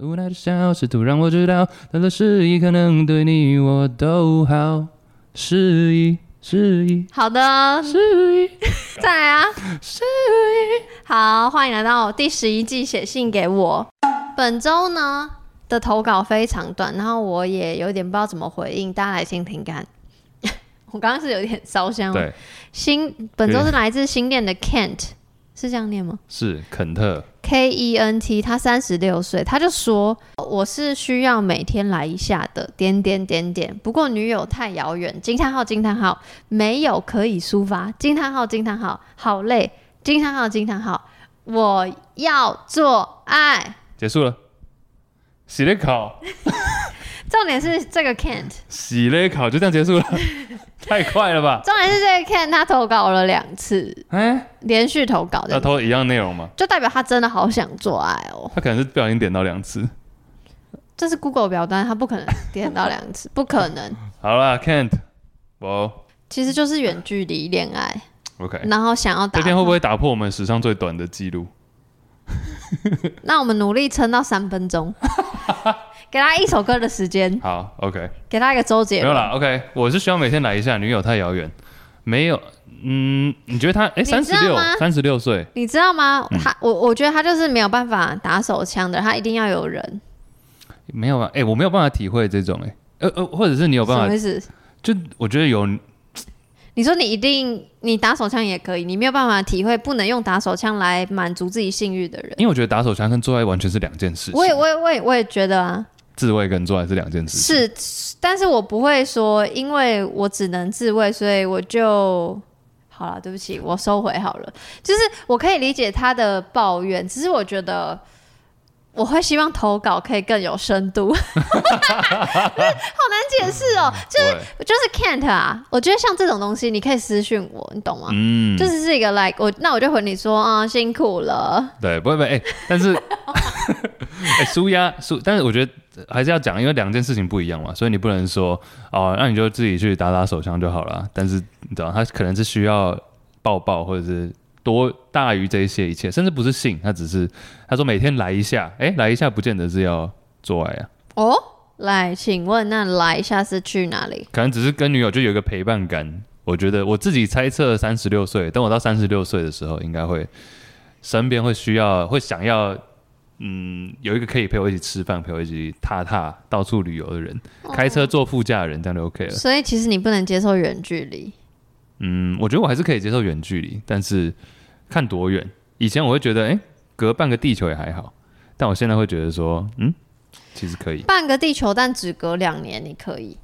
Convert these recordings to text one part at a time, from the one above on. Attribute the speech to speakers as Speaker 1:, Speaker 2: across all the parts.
Speaker 1: 无奈的笑，试图让我知道，他的示意可能对你我都好。示意，示意，
Speaker 2: 好的，
Speaker 1: 示意，
Speaker 2: 再来啊！
Speaker 1: 示意。
Speaker 2: 好，欢迎来到第十一季，写信给我。本周呢的投稿非常短，然后我也有点不知道怎么回应，大家来听听看。 我刚刚是有点烧香吗，
Speaker 1: 对，
Speaker 2: 新本周是来自新店的 Kent，是这样念吗？
Speaker 1: 是肯特。
Speaker 2: K E N T，他三十六岁，他就说我是需要每天来一下的，点点点点。不过女友太遥远，惊叹号惊叹号，没有可以抒发，惊叹号惊叹号，好累，惊叹号惊叹号，我要做爱。
Speaker 1: 结束了。洗了考，
Speaker 2: 重点是这个 Kent，
Speaker 1: 洗了考，就这样结束了，太快了吧？
Speaker 2: 重点是这个 Kent，他投稿了两次，
Speaker 1: 哎，
Speaker 2: 连续投稿
Speaker 1: 他
Speaker 2: 的，
Speaker 1: 偷了一样内容嘛？
Speaker 2: 就代表他真的好想做爱哦。
Speaker 1: 他可能是不小心点到两次。
Speaker 2: 这是 Google 表单，他不可能点到两次，不可能。
Speaker 1: 好啦 k e n t 我
Speaker 2: 其实就是远距离恋爱。
Speaker 1: OK，
Speaker 2: 然后想嗯要打
Speaker 1: 这篇会不会打破我们史上最短的记录？
Speaker 2: 那我们努力撑到三 分钟，给他一首歌的时间，
Speaker 1: 好，OK，
Speaker 2: 给他一个周杰
Speaker 1: 没有
Speaker 2: 伦。
Speaker 1: 啦，OK，我是希望每天来一下，女友太遥远，没有，嗯，你觉得他哎
Speaker 2: 你知道
Speaker 1: 三十六
Speaker 2: 吗，
Speaker 1: 三十六岁，
Speaker 2: 你知道吗？
Speaker 1: 嗯
Speaker 2: 他我我觉得他就是没有办法打手枪的，他一定要有人，
Speaker 1: 没有吧？哎，我没有办法体会这种哎、呃呃，或者是你有
Speaker 2: 什
Speaker 1: 办
Speaker 2: 么
Speaker 1: 法，
Speaker 2: 意思？
Speaker 1: 就我觉得有
Speaker 2: 你说你一定你打手枪也可以，你没有办法体会不能用打手枪来满足自己性欲的人。
Speaker 1: 因为我觉得打手枪跟做爱完全是两件事
Speaker 2: 我也
Speaker 1: 情，
Speaker 2: 我也我也我也觉得啊，
Speaker 1: 自慰跟做爱是两件事情。
Speaker 2: 是，但是我不会说，因为我只能自慰，所以我就好了。对不起，我收回好了。就是我可以理解他的抱怨，只是我觉得我会希望投稿可以更有深度。 好难解释哦、
Speaker 1: 就是
Speaker 2: 就是 can't 啊，我觉得像这种东西，你可以私讯我，你懂吗？
Speaker 1: 嗯，
Speaker 2: 就是是一个 like 我，那我就回你说啊、辛苦了。
Speaker 1: 对，不会不会，哎、但是，哎、舒压舒，但是我觉得还是要讲，因为两件事情不一样嘛，所以你不能说哦，那你就自己去打打手枪就好了。但是你知道，他可能是需要抱抱，或者是多大于这一些一切，甚至不是性，他只是他说每天来一下，哎、来一下不见得是要做爱啊，
Speaker 2: 哦，来，请问那来下次去哪里？
Speaker 1: 可能只是跟女友就有一个陪伴感。我觉得我自己猜测，三十六岁，等我到三十六岁的时候，应该会身边会需要，会想要，嗯，有一个可以陪我一起吃饭、陪我一起踏踏到处旅游的人，
Speaker 2: 哦
Speaker 1: 开车坐副驾的人，这样就 OK 了。
Speaker 2: 所以其实你不能接受远距离。
Speaker 1: 嗯，我觉得我还是可以接受远距离，但是看多远。以前我会觉得，哎、隔半个地球也还好，但我现在会觉得说，嗯，其实可以。
Speaker 2: 半个地球，但只隔两年，你可以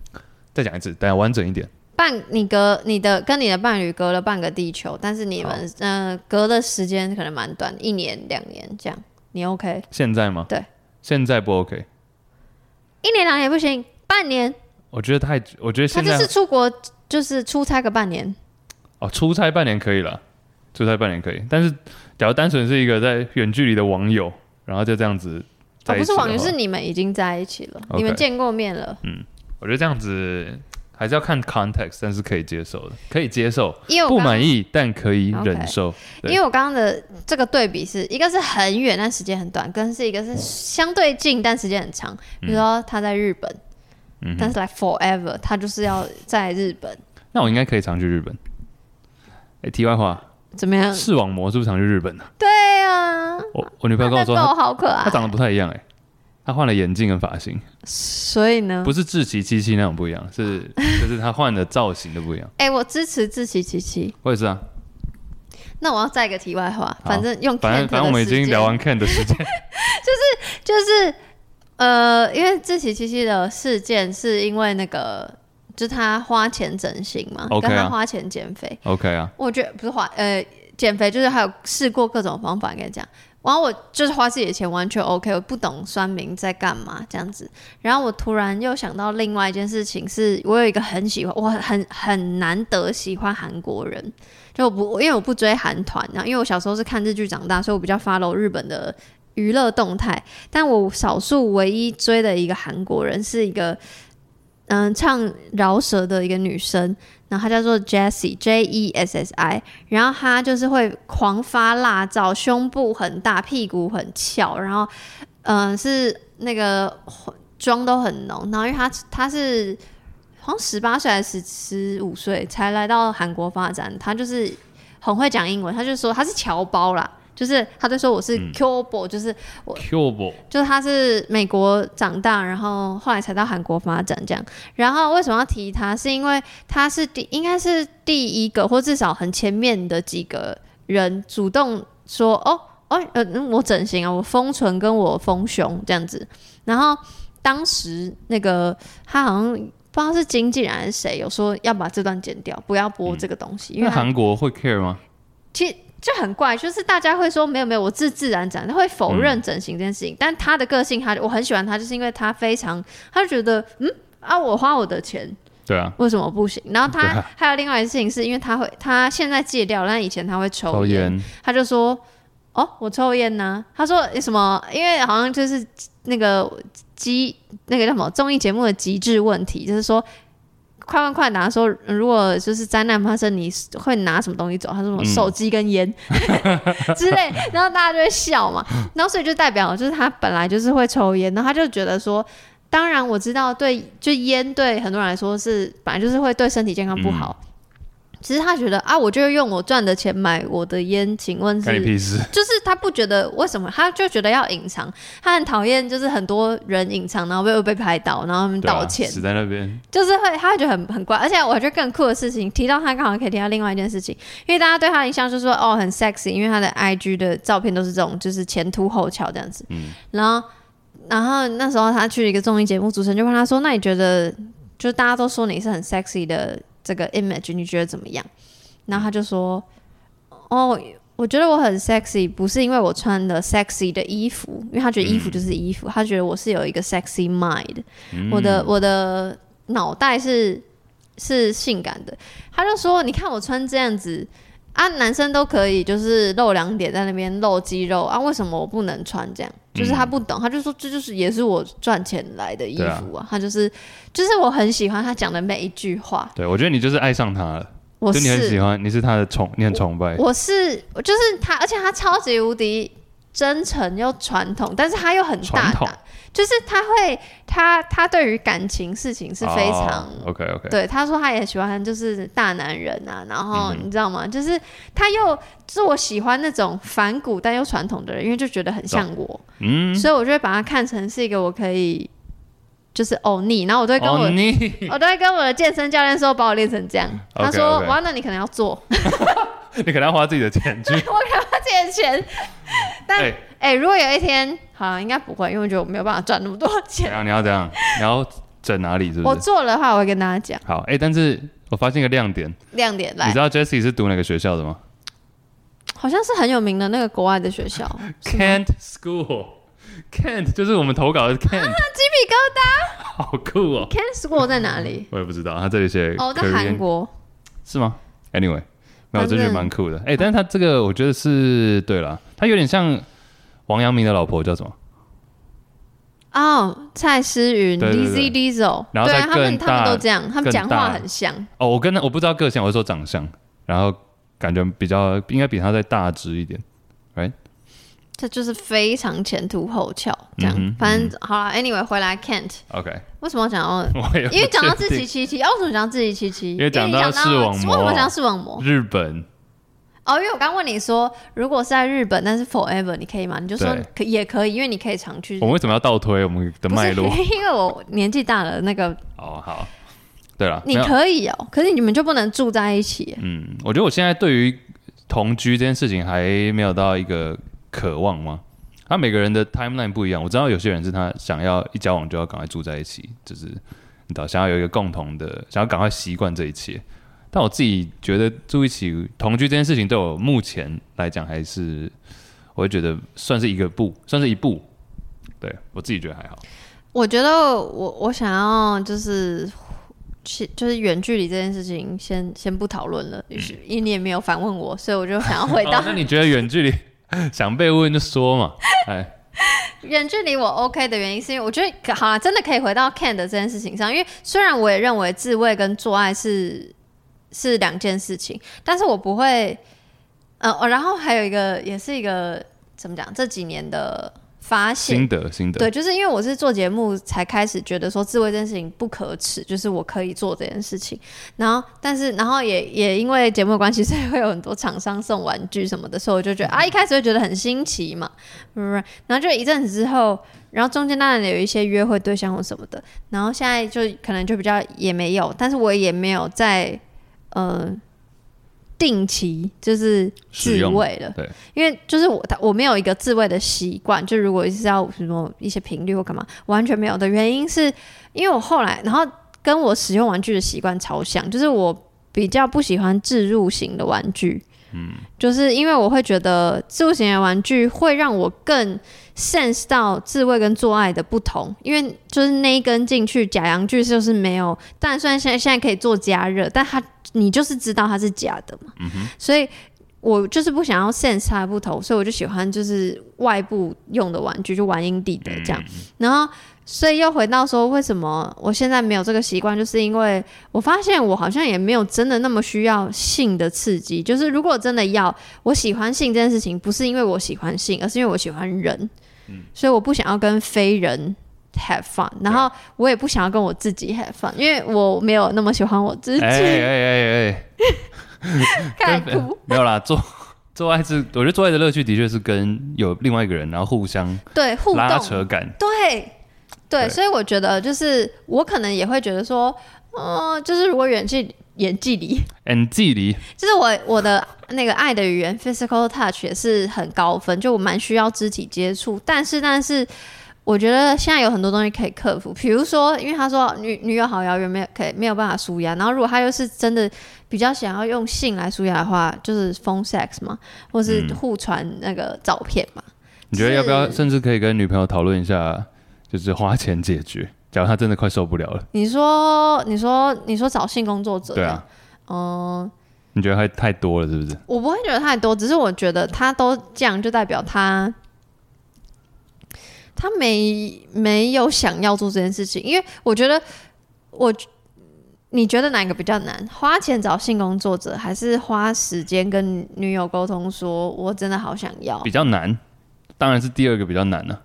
Speaker 1: 再讲一次，大家完整一点。
Speaker 2: 半你隔你的跟你的伴侣隔了半个地球，但是你们呃隔的时间可能蛮短，一年两年这样，你 OK？
Speaker 1: 现在吗？
Speaker 2: 对，
Speaker 1: 现在不 OK。
Speaker 2: 一年两年不行，半年
Speaker 1: 我觉得太，我觉得
Speaker 2: 他
Speaker 1: 现
Speaker 2: 就
Speaker 1: 在
Speaker 2: 是出国就是出差个半年，
Speaker 1: 哦，出差半年可以了，出差半年可以。但是，假如单纯是一个在远距离的网友，然后就这样子
Speaker 2: 哦
Speaker 1: 在一
Speaker 2: 不
Speaker 1: 起
Speaker 2: 是
Speaker 1: 的话，
Speaker 2: 网友，是你们已经在一起了
Speaker 1: OK 嗯
Speaker 2: 你们见过面了。
Speaker 1: 我觉得这样子还是要看 context，但是可以接受的，可以接受，
Speaker 2: 因哦为我
Speaker 1: 不
Speaker 2: 刚
Speaker 1: 满意但可以忍受。对
Speaker 2: 因为我刚刚的这个对比是一个是很远但时间很短，跟是一
Speaker 1: 哦
Speaker 2: 个是相对近但时间很长。比如说他在日本，
Speaker 1: 嗯嗯哼
Speaker 2: 但是 like forever，他就是要在日本
Speaker 1: 那我应该可以常去日本。哎，题外话，
Speaker 2: 怎么样？
Speaker 1: 视网膜是不是常去日本呢、
Speaker 2: 对啊，
Speaker 1: 我我女朋
Speaker 2: 他
Speaker 1: 友跟我
Speaker 2: 的
Speaker 1: 说，
Speaker 2: 狗
Speaker 1: 她
Speaker 2: 好可爱
Speaker 1: 她，长得不太一样哎、她换了眼镜跟发型，
Speaker 2: 所以呢，
Speaker 1: 不是志崎七七那种不一样， 是就是她换的造型都不一样。
Speaker 2: 哎、我支持自崎七七。
Speaker 1: 我也是啊，
Speaker 2: 那我要再一个题外话，
Speaker 1: 好
Speaker 2: 反正用 Kent
Speaker 1: 反正反正我们已
Speaker 2: 的时
Speaker 1: 经
Speaker 2: 间
Speaker 1: 聊完 Ken 的时间，
Speaker 2: 就是呃，因为自崎七七的事件是因为那个，就是他花钱整形嘛
Speaker 1: OK
Speaker 2: 跟他
Speaker 1: 啊
Speaker 2: 花钱减肥。
Speaker 1: OK 啊，
Speaker 2: 我觉得不是花呃减肥，就是还有试过各种方法跟你讲。然后我就是花自己的钱，完全 OK，我不懂酸民在干嘛这样子。然后我突然又想到另外一件事情是，我有一个很喜欢，我很很难得喜欢韩国人，就我不因为我不追韩团，然后因为我小时候是看日剧长大，所以我比较 follow 日本的娱乐动态。但我少数唯一追的一个韩国人是一个嗯唱饶舌的一个女生，然后她叫做 Jessie J E S S I，然后她就是会狂发辣照，胸部很大，屁股很翘，然后嗯是那个妆都很浓，然后因为他他是好像十八岁还是十十五岁才来到韩国发展，他就是很会讲英文，他就说他是侨胞啦，就是他就说我是 Cubo，、就是我
Speaker 1: Cubo
Speaker 2: 就是他是美国长大，然后后来才到韩国发展这样。然后为什么要提他？是因为他是第应该是第一个，或至少很前面的几个人主动说：“哦哦，呃，嗯我整形啊，我丰唇跟我丰胸这样子。”然后当时那个他好像不知道是经纪人还是谁有说要把这段剪掉，不要播这个东西，因为
Speaker 1: 那
Speaker 2: 他
Speaker 1: 韩国会 care 吗？
Speaker 2: 其实就很怪，就是大家会说没有没有，我自自然长，他会否
Speaker 1: 嗯
Speaker 2: 认整形这件事情。但他的个性他，我很喜欢他，就是因为他非常，他就觉得嗯啊，我花我的钱
Speaker 1: 对啊，
Speaker 2: 为什么不行？然 后
Speaker 1: 对
Speaker 2: 他、
Speaker 1: 啊
Speaker 2: 还有另外一件事情，是因为他会他现在戒掉，但以前他会抽
Speaker 1: 抽烟
Speaker 2: 他就说哦，我抽烟呢、他说诶什么？因为好像就是那个极那个叫什么综艺节目的极致问题，就是说。快问快答说，如果就是灾难发生，你会拿什么东西走？他说什么
Speaker 1: 嗯
Speaker 2: 手机跟烟、之类，然后大家就会笑嘛。然后所以就代表就是他本来就是会抽烟，然后他就觉得说，当然我知道对，就烟对很多人来说是本来就是会对身体健康不好。其实他觉得啊，我就用我赚的钱买我的烟，请问
Speaker 1: 干你
Speaker 2: 是？
Speaker 1: 屁事！
Speaker 2: 就是他不觉得为什么，他就觉得要隐藏，他很讨厌就是很多人隐藏，然后被被拍到，然后他们
Speaker 1: 对啊
Speaker 2: 道歉，
Speaker 1: 死在那边，
Speaker 2: 就是会，他会觉得很很怪，而且我觉得更酷的事情，提到他刚好可以提到另外一件事情，因为大家对他的印象就是说哦很 sexy，因为他的 IG 的照片都是这种就是前凸后翘这样子，
Speaker 1: 嗯
Speaker 2: 然后然后那时候他去一个综艺节目，主持人就问他说，那你觉得就大家都说你是很 sexy 的这个 image，你觉得怎么样？然后他就说，哦。我觉得我很 sexy，不是因为我穿的 sexy 的衣服，因为他觉得衣服就是衣服，他觉得我是有一个 sexy mind，
Speaker 1: 嗯
Speaker 2: 我的我的脑袋是是性感的。他就说：“你看我穿这样子啊，男生都可以，就是露两点在那边露肌肉啊，为什么我不能穿这样？”就是
Speaker 1: 嗯
Speaker 2: 他不懂，他就说这就是也是我赚钱来的衣
Speaker 1: 对啊
Speaker 2: 服啊。他就是就是我很喜欢他讲的每一句话，
Speaker 1: 对我觉得你就是爱上他了，
Speaker 2: 我
Speaker 1: 就你很喜
Speaker 2: 是
Speaker 1: 欢，你是他的崇，你很崇拜，
Speaker 2: 我是我就是他，而且他超级无敌真诚又传统，但是他又很大
Speaker 1: 传统
Speaker 2: 胆，就是他会他他对于感情事情是非常。
Speaker 1: OK OK，
Speaker 2: 对，他说他也喜欢就是大男人啊，然后
Speaker 1: 嗯哼
Speaker 2: 你知道吗？就是他又就是我喜欢那种反骨但又传统的人，因为就觉得很像我，
Speaker 1: 嗯，
Speaker 2: 所以我就会把他看成是一个我可以就是偶逆，然后我都会跟我、
Speaker 1: 哦你
Speaker 2: 我都会跟我的健身教练说把我练成这样，他
Speaker 1: 嗯 OK，
Speaker 2: 说
Speaker 1: OK
Speaker 2: 哇，那你可能要做，
Speaker 1: 你可能要花自己的钱去，
Speaker 2: 他借钱，但
Speaker 1: 哎，
Speaker 2: 哎、如果有一天好像应该不会，因为我觉得我没有办法赚那么多
Speaker 1: 怎
Speaker 2: 钱，
Speaker 1: 样？你要怎样？你要整哪里？ 是不
Speaker 2: 我
Speaker 1: 是？
Speaker 2: 做了的话我会跟大家讲
Speaker 1: 好，哎，但是我发现一个亮点，
Speaker 2: 亮点
Speaker 1: 你
Speaker 2: 来
Speaker 1: 知，道 Jessie 是读哪个学校的吗
Speaker 2: 好像是很有名的那个国外的 学校，是吗
Speaker 1: ？Kent School，Kent 就是我们投稿的 Kent，
Speaker 2: 啊鸡皮疙瘩。
Speaker 1: 好酷哦！
Speaker 2: Can School 在哪里？
Speaker 1: 我也不知道，他这里写
Speaker 2: 哦，在韩
Speaker 1: Korean
Speaker 2: 国。
Speaker 1: 是吗？Anyway，没有，
Speaker 2: 反
Speaker 1: 这句
Speaker 2: 正
Speaker 1: 蛮酷的。哎、但是他这个我觉得是对了，他有点像王阳明的老婆叫什么？
Speaker 2: 哦，蔡诗芸、
Speaker 1: 对对
Speaker 2: Lizzy
Speaker 1: 对
Speaker 2: Lizzo，
Speaker 1: 然后
Speaker 2: 对
Speaker 1: 再
Speaker 2: 啊，他们
Speaker 1: 更大
Speaker 2: 他们都这样，他们讲
Speaker 1: 更大
Speaker 2: 话很像。
Speaker 1: 哦，我跟他我不知道个性，我是说长相，然后感觉比较应该比他再大只一点。
Speaker 2: 这就是非常前凸后翘，这样，
Speaker 1: 嗯哼
Speaker 2: 反正好了。Anyway，回来 Kent，
Speaker 1: OK，
Speaker 2: 为什么要讲到？
Speaker 1: 我也不
Speaker 2: 因为讲到
Speaker 1: 确
Speaker 2: 自
Speaker 1: 定
Speaker 2: 己七七，哦，为什么讲到自己七七？因
Speaker 1: 为讲
Speaker 2: 你
Speaker 1: 到
Speaker 2: 讲
Speaker 1: 视网膜
Speaker 2: 为什么讲到视网膜？
Speaker 1: 日本
Speaker 2: 哦，因为我刚问你说，如果是在日本，但是 forever 你可以吗？你就说
Speaker 1: 对
Speaker 2: 可也可以，因为你可以常去
Speaker 1: 我。们为什么要倒推我们的
Speaker 2: 不
Speaker 1: 脉
Speaker 2: 是，
Speaker 1: 络？
Speaker 2: 因为我年纪大了，那个
Speaker 1: 哦，好，对了，
Speaker 2: 你
Speaker 1: 没有
Speaker 2: 可以哦，可是你们就不能住在一起。
Speaker 1: 嗯，我觉得我现在对于同居这件事情还没有到一个渴望吗？他每个人的 timeline 不一样，我知道有些人是他想要一交往就要赶快住在一起，就是你知道想要有一个共同的，想要赶快习惯这一切。但我自己觉得住一起同居这件事情，对我目前来讲还是，我会觉得算是一个步，算是一步。对我自己觉得还好。
Speaker 2: 我觉得我我想要就是去就是远距离这件事情先先不讨论了，
Speaker 1: 嗯
Speaker 2: 是因为你也没有反问我，所以我就想要回到
Speaker 1: 哦那你觉得远距离 想被问就说嘛？哎，
Speaker 2: 远距离我 OK 的原因，是因为我觉得可好了，真的可以回到 can 的这件事情上，因为虽然我也认为自慰跟做爱是是两件事情，但是我不 会，呃，哦然后还有一个也是一个怎么讲，这几年的发现
Speaker 1: 心。得心得，
Speaker 2: 对，就是因为我是做节目才开始觉得说自慰这件事情不可耻，就是我可以做这件事情。然后，但是，然后也也因为节目的关系，所以会有很多厂商送玩具什么的，所以我就觉得啊，一开始会觉得很新奇嘛，不不，然后就一阵子之后，然后中间当然有一些约会对象或什么的，然后现在就可能就比较也没有，但是我也没有在呃定期就是
Speaker 1: 使
Speaker 2: 自
Speaker 1: 用
Speaker 2: 慰了，
Speaker 1: 对，
Speaker 2: 因为就是我我没有一个自慰的习惯，就如果是要什么一些频率或干嘛，完全没有的原因是因为我后来，然后跟我使用玩具的习惯超像，就是我比较不喜欢置入型的玩具，嗯，就是因为我会觉得置入型的玩具会让我更 sense 到自慰跟做爱的不同，因为就是那一根进去假阳具就是没有，但虽然现在现在可以做加热，但它你就是知道它是假的嘛，所以我就是不想要 sense 它的不同，所以我就喜欢就是外部用的玩具，就玩阴蒂的这样。嗯然后，所以又回到说，为什么我现在没有这个习惯，就是因为我发现我好像也没有真的那么需要性的刺激。就是如果真的要我喜欢性这件事情，不是因为我喜欢性，而是因为我喜欢人，所以我不想要跟非人。have fun，然后我也不想要跟我自己 have fun，因为我没有那么喜欢我自己，
Speaker 1: 哎哎哎
Speaker 2: 开始
Speaker 1: 跟
Speaker 2: 哭。
Speaker 1: 哎，没有啦，做做爱是，我觉得做爱的乐趣的确是跟有另外一个人，然后互相
Speaker 2: 对互
Speaker 1: 拉
Speaker 2: 动，
Speaker 1: 扯感，
Speaker 2: 对对，
Speaker 1: 对
Speaker 2: 所以我觉得就是我可能也会觉得说，嗯、就是如果远距远距离，
Speaker 1: 嗯，距离
Speaker 2: 就是我我的那个爱的语言 physical touch 也是很高分，就我蛮需要肢体接触，但是但是。我觉得现在有很多东西可以克服，比如说，因为他说女女友好遥远，没有可以没有办法舒压。然后如果他又是真的比较想要用性来舒压的话，就是 phone sex 嘛，或是
Speaker 1: 嗯
Speaker 2: 互传那个照片嘛。
Speaker 1: 你觉得要不要，
Speaker 2: 是
Speaker 1: 甚至可以跟女朋友讨论一下，就是花钱解决？假如她真的快受不了了，
Speaker 2: 你说，你说，你说找性工作者？
Speaker 1: 对啊，，
Speaker 2: 嗯，
Speaker 1: 你觉得还太多了是不是？
Speaker 2: 我不会觉得太多，只是我觉得他都这样，就代表他他没没有想要做这件事情，因为我觉得我。你觉得哪个比较难？花钱找性工作者，还是花时间跟女友沟通说我真的好想要
Speaker 1: 比？较难，当然是第二个比较难了、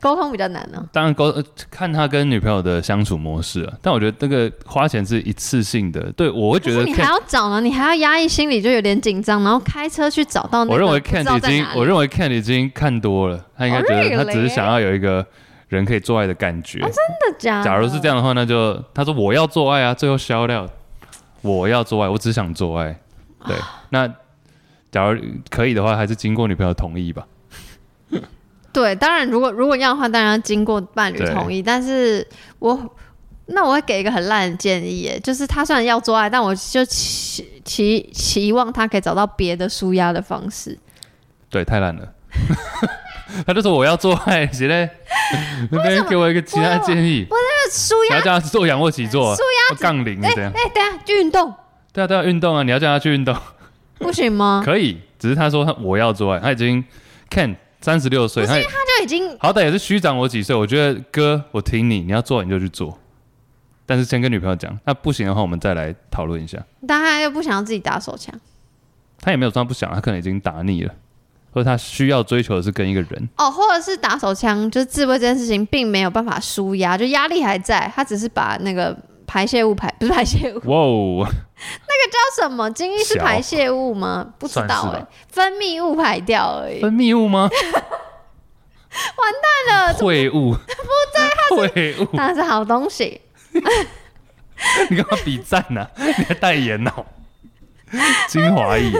Speaker 2: 沟通比较难哦呢、
Speaker 1: 当然沟呃看他跟女朋友的相处模式啊，但我觉得这个花钱是一次性的，对我会
Speaker 2: 可
Speaker 1: 觉
Speaker 2: 是
Speaker 1: 得
Speaker 2: 你还
Speaker 1: Ken，
Speaker 2: 要找呢，你还要压抑心里，就有点紧张，然后开车去找到那个。
Speaker 1: 我认为
Speaker 2: 不知
Speaker 1: Ken
Speaker 2: 道
Speaker 1: 已
Speaker 2: 在
Speaker 1: 经
Speaker 2: 哪，里
Speaker 1: 我认为 Ken 已经看多了，他应该
Speaker 2: 哦
Speaker 1: 觉得他
Speaker 2: really？哦
Speaker 1: 只是想要有一个人可以做爱的感觉。
Speaker 2: 真的假的？
Speaker 1: 假如是这样的话，那就他说我要做爱啊，最后消掉，我要做爱，我只想做爱。对，
Speaker 2: 啊
Speaker 1: 那假如可以的话，还是经过女朋友同意吧。
Speaker 2: 对，当然如果如果要的话，当然要经过伴侣
Speaker 1: 对
Speaker 2: 同意。但是我那我会给一个很烂的建议耶，就是他虽然要做爱，但我就期期期望他可以找到别的舒压的方式。
Speaker 1: 对，太烂了。 他就说我要做爱，谁嘞？那边给我一个其他建议，
Speaker 2: 那舒
Speaker 1: 你
Speaker 2: 压，
Speaker 1: 要叫他做仰卧起坐、
Speaker 2: 舒
Speaker 1: 压杠铃这样。
Speaker 2: 哎、等一下去运动
Speaker 1: 对啊，对啊，运动啊，你要叫他去运动，
Speaker 2: 不行吗？
Speaker 1: 可以。只是他说他我要做爱，他已经 Ken 三十六岁，他也
Speaker 2: 他就已经
Speaker 1: 好歹也是虚长我几岁，我觉得哥，我挺你，你要做你就去做，但是先跟女朋友讲，那不行的话我们再来讨论一下。
Speaker 2: 但他又不想要自己打手枪。
Speaker 1: 他也没有说他不想，他可能已经打腻了，或者他需要追求的是跟一个 人。
Speaker 2: 哦，或者是打手枪，就是自慰这件事情并没有办法舒压，就压力还在，他只是把那个排泄物排 不是排泄物，
Speaker 1: 哇哦，
Speaker 2: 叫什么？精液是
Speaker 1: 小
Speaker 2: 排泄物吗？不知
Speaker 1: 算
Speaker 2: 道
Speaker 1: 是
Speaker 2: 哎、
Speaker 1: 吧
Speaker 2: 分泌物排掉而已。
Speaker 1: 分泌物吗？
Speaker 2: 完蛋了，
Speaker 1: 秽物，不对，秽物，
Speaker 2: 当然是好东西。
Speaker 1: 你干嘛比赞呢、 你还代言呢、 精华液，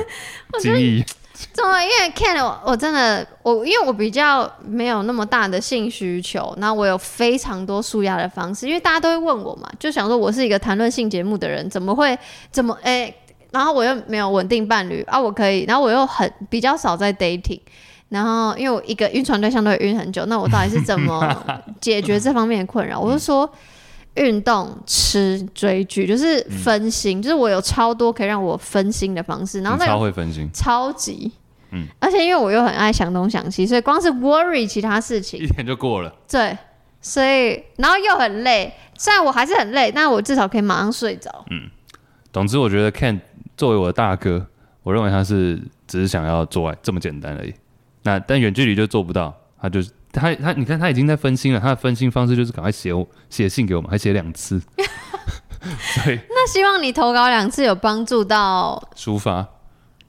Speaker 1: 精液，
Speaker 2: 总而言之因为 Ken，我我真的我因为我比较没有那么大的性需求，那我有非常多舒压的方式，因为大家都会问我嘛，就想说我是一个谈论性节目的人，怎么会怎么哎、然后我又没有稳定伴侣啊，我可以，然后我又很比较少在 dating。然后，因为我一个晕船对象都会晕很久，那我到底是怎么解决这方面的困扰？我就说，运动、吃、追剧，就是分心，就是我有超多可以让我分心的方式。然后
Speaker 1: 你
Speaker 2: 那个
Speaker 1: 超会分心，
Speaker 2: 超级。
Speaker 1: 嗯
Speaker 2: 而且因为我又很爱想东想西，所以光是 worry 其他事情，
Speaker 1: 一天就过了。
Speaker 2: 对，所以然后又很累，虽然我还是很累，但我至少可以马上睡着。
Speaker 1: 嗯总之，我觉得 Ken 作为我的大哥，我认为他是只是想要做爱这么简单而已。那但远距离就做不到，他就他他你看他已经在分心了，他的分心方式就是赶快写我写信给我们，还写两次，所以
Speaker 2: 那希望你投稿两次有帮助到，
Speaker 1: 抒发。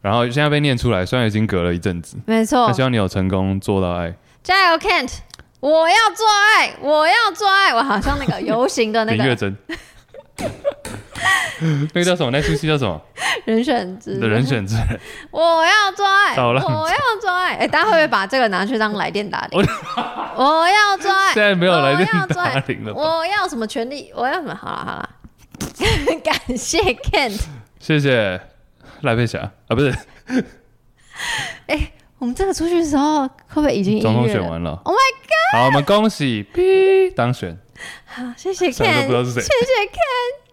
Speaker 1: 然后现在被念出来，虽然已经隔了一阵子，
Speaker 2: 没错
Speaker 1: 但，希望你有成功做到
Speaker 2: 哦
Speaker 1: 爱。
Speaker 2: 加油，Kent！我要做爱，我要做爱，我好像那个游行的那
Speaker 1: 林月
Speaker 2: 个
Speaker 1: 珍， 那个叫什么？那出戏叫什么？
Speaker 2: 人选之
Speaker 1: 的人选之人，
Speaker 2: 我要做爱，
Speaker 1: 少浪
Speaker 2: 我要做爱。哎、大家会不会把这个拿去当来电打 铃？我要做爱，
Speaker 1: 现在没有来电
Speaker 2: 我要做
Speaker 1: 打
Speaker 2: 爱
Speaker 1: 铃了吧。
Speaker 2: 我要什么权利？我要什么？好了好了， 感谢 Kent。
Speaker 1: 谢谢赖佩霞啊，不是
Speaker 2: 我们这个出去的时候，会不会已经
Speaker 1: 总
Speaker 2: 音
Speaker 1: 统
Speaker 2: 乐
Speaker 1: 选
Speaker 2: 了？
Speaker 1: 完了。
Speaker 2: Oh
Speaker 1: my god！好，我们恭喜 B 当选，
Speaker 2: 好，谢谢
Speaker 1: 虽然都
Speaker 2: Ken，
Speaker 1: 不知道是
Speaker 2: 谢
Speaker 1: 谁
Speaker 2: 谢 Ken。